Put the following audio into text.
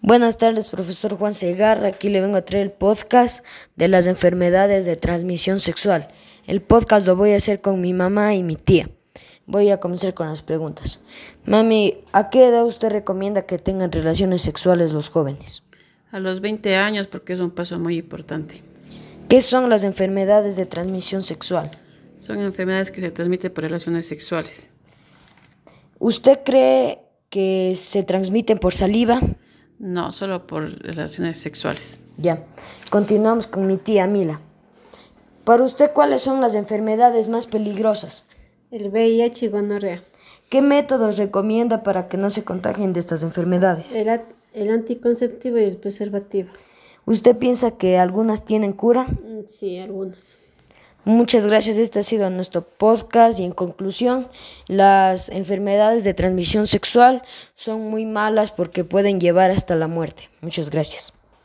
Buenas tardes, profesor Juan Segarra. Aquí le vengo a traer el podcast de las enfermedades de transmisión sexual. El podcast lo voy a hacer con mi mamá y mi tía. Voy a comenzar con las preguntas. Mami, ¿a qué edad usted recomienda que tengan relaciones sexuales los jóvenes? A los 20 años, porque es un paso muy importante. ¿Qué son las enfermedades de transmisión sexual? Son enfermedades que se transmiten por relaciones sexuales. ¿Usted cree que se transmiten por saliva? No, solo por relaciones sexuales. Ya. Continuamos con mi tía Mila. Para usted, ¿cuáles son las enfermedades más peligrosas? El VIH y gonorrea. ¿Qué métodos recomienda para que no se contagien de estas enfermedades? El, at- el anticonceptivo y el preservativo. ¿Usted piensa que algunas tienen cura? Mm, Sí, algunos. Muchas gracias, este ha sido nuestro podcast y en conclusión, las enfermedades de transmisión sexual son muy malas porque pueden llevar hasta la muerte. Muchas gracias.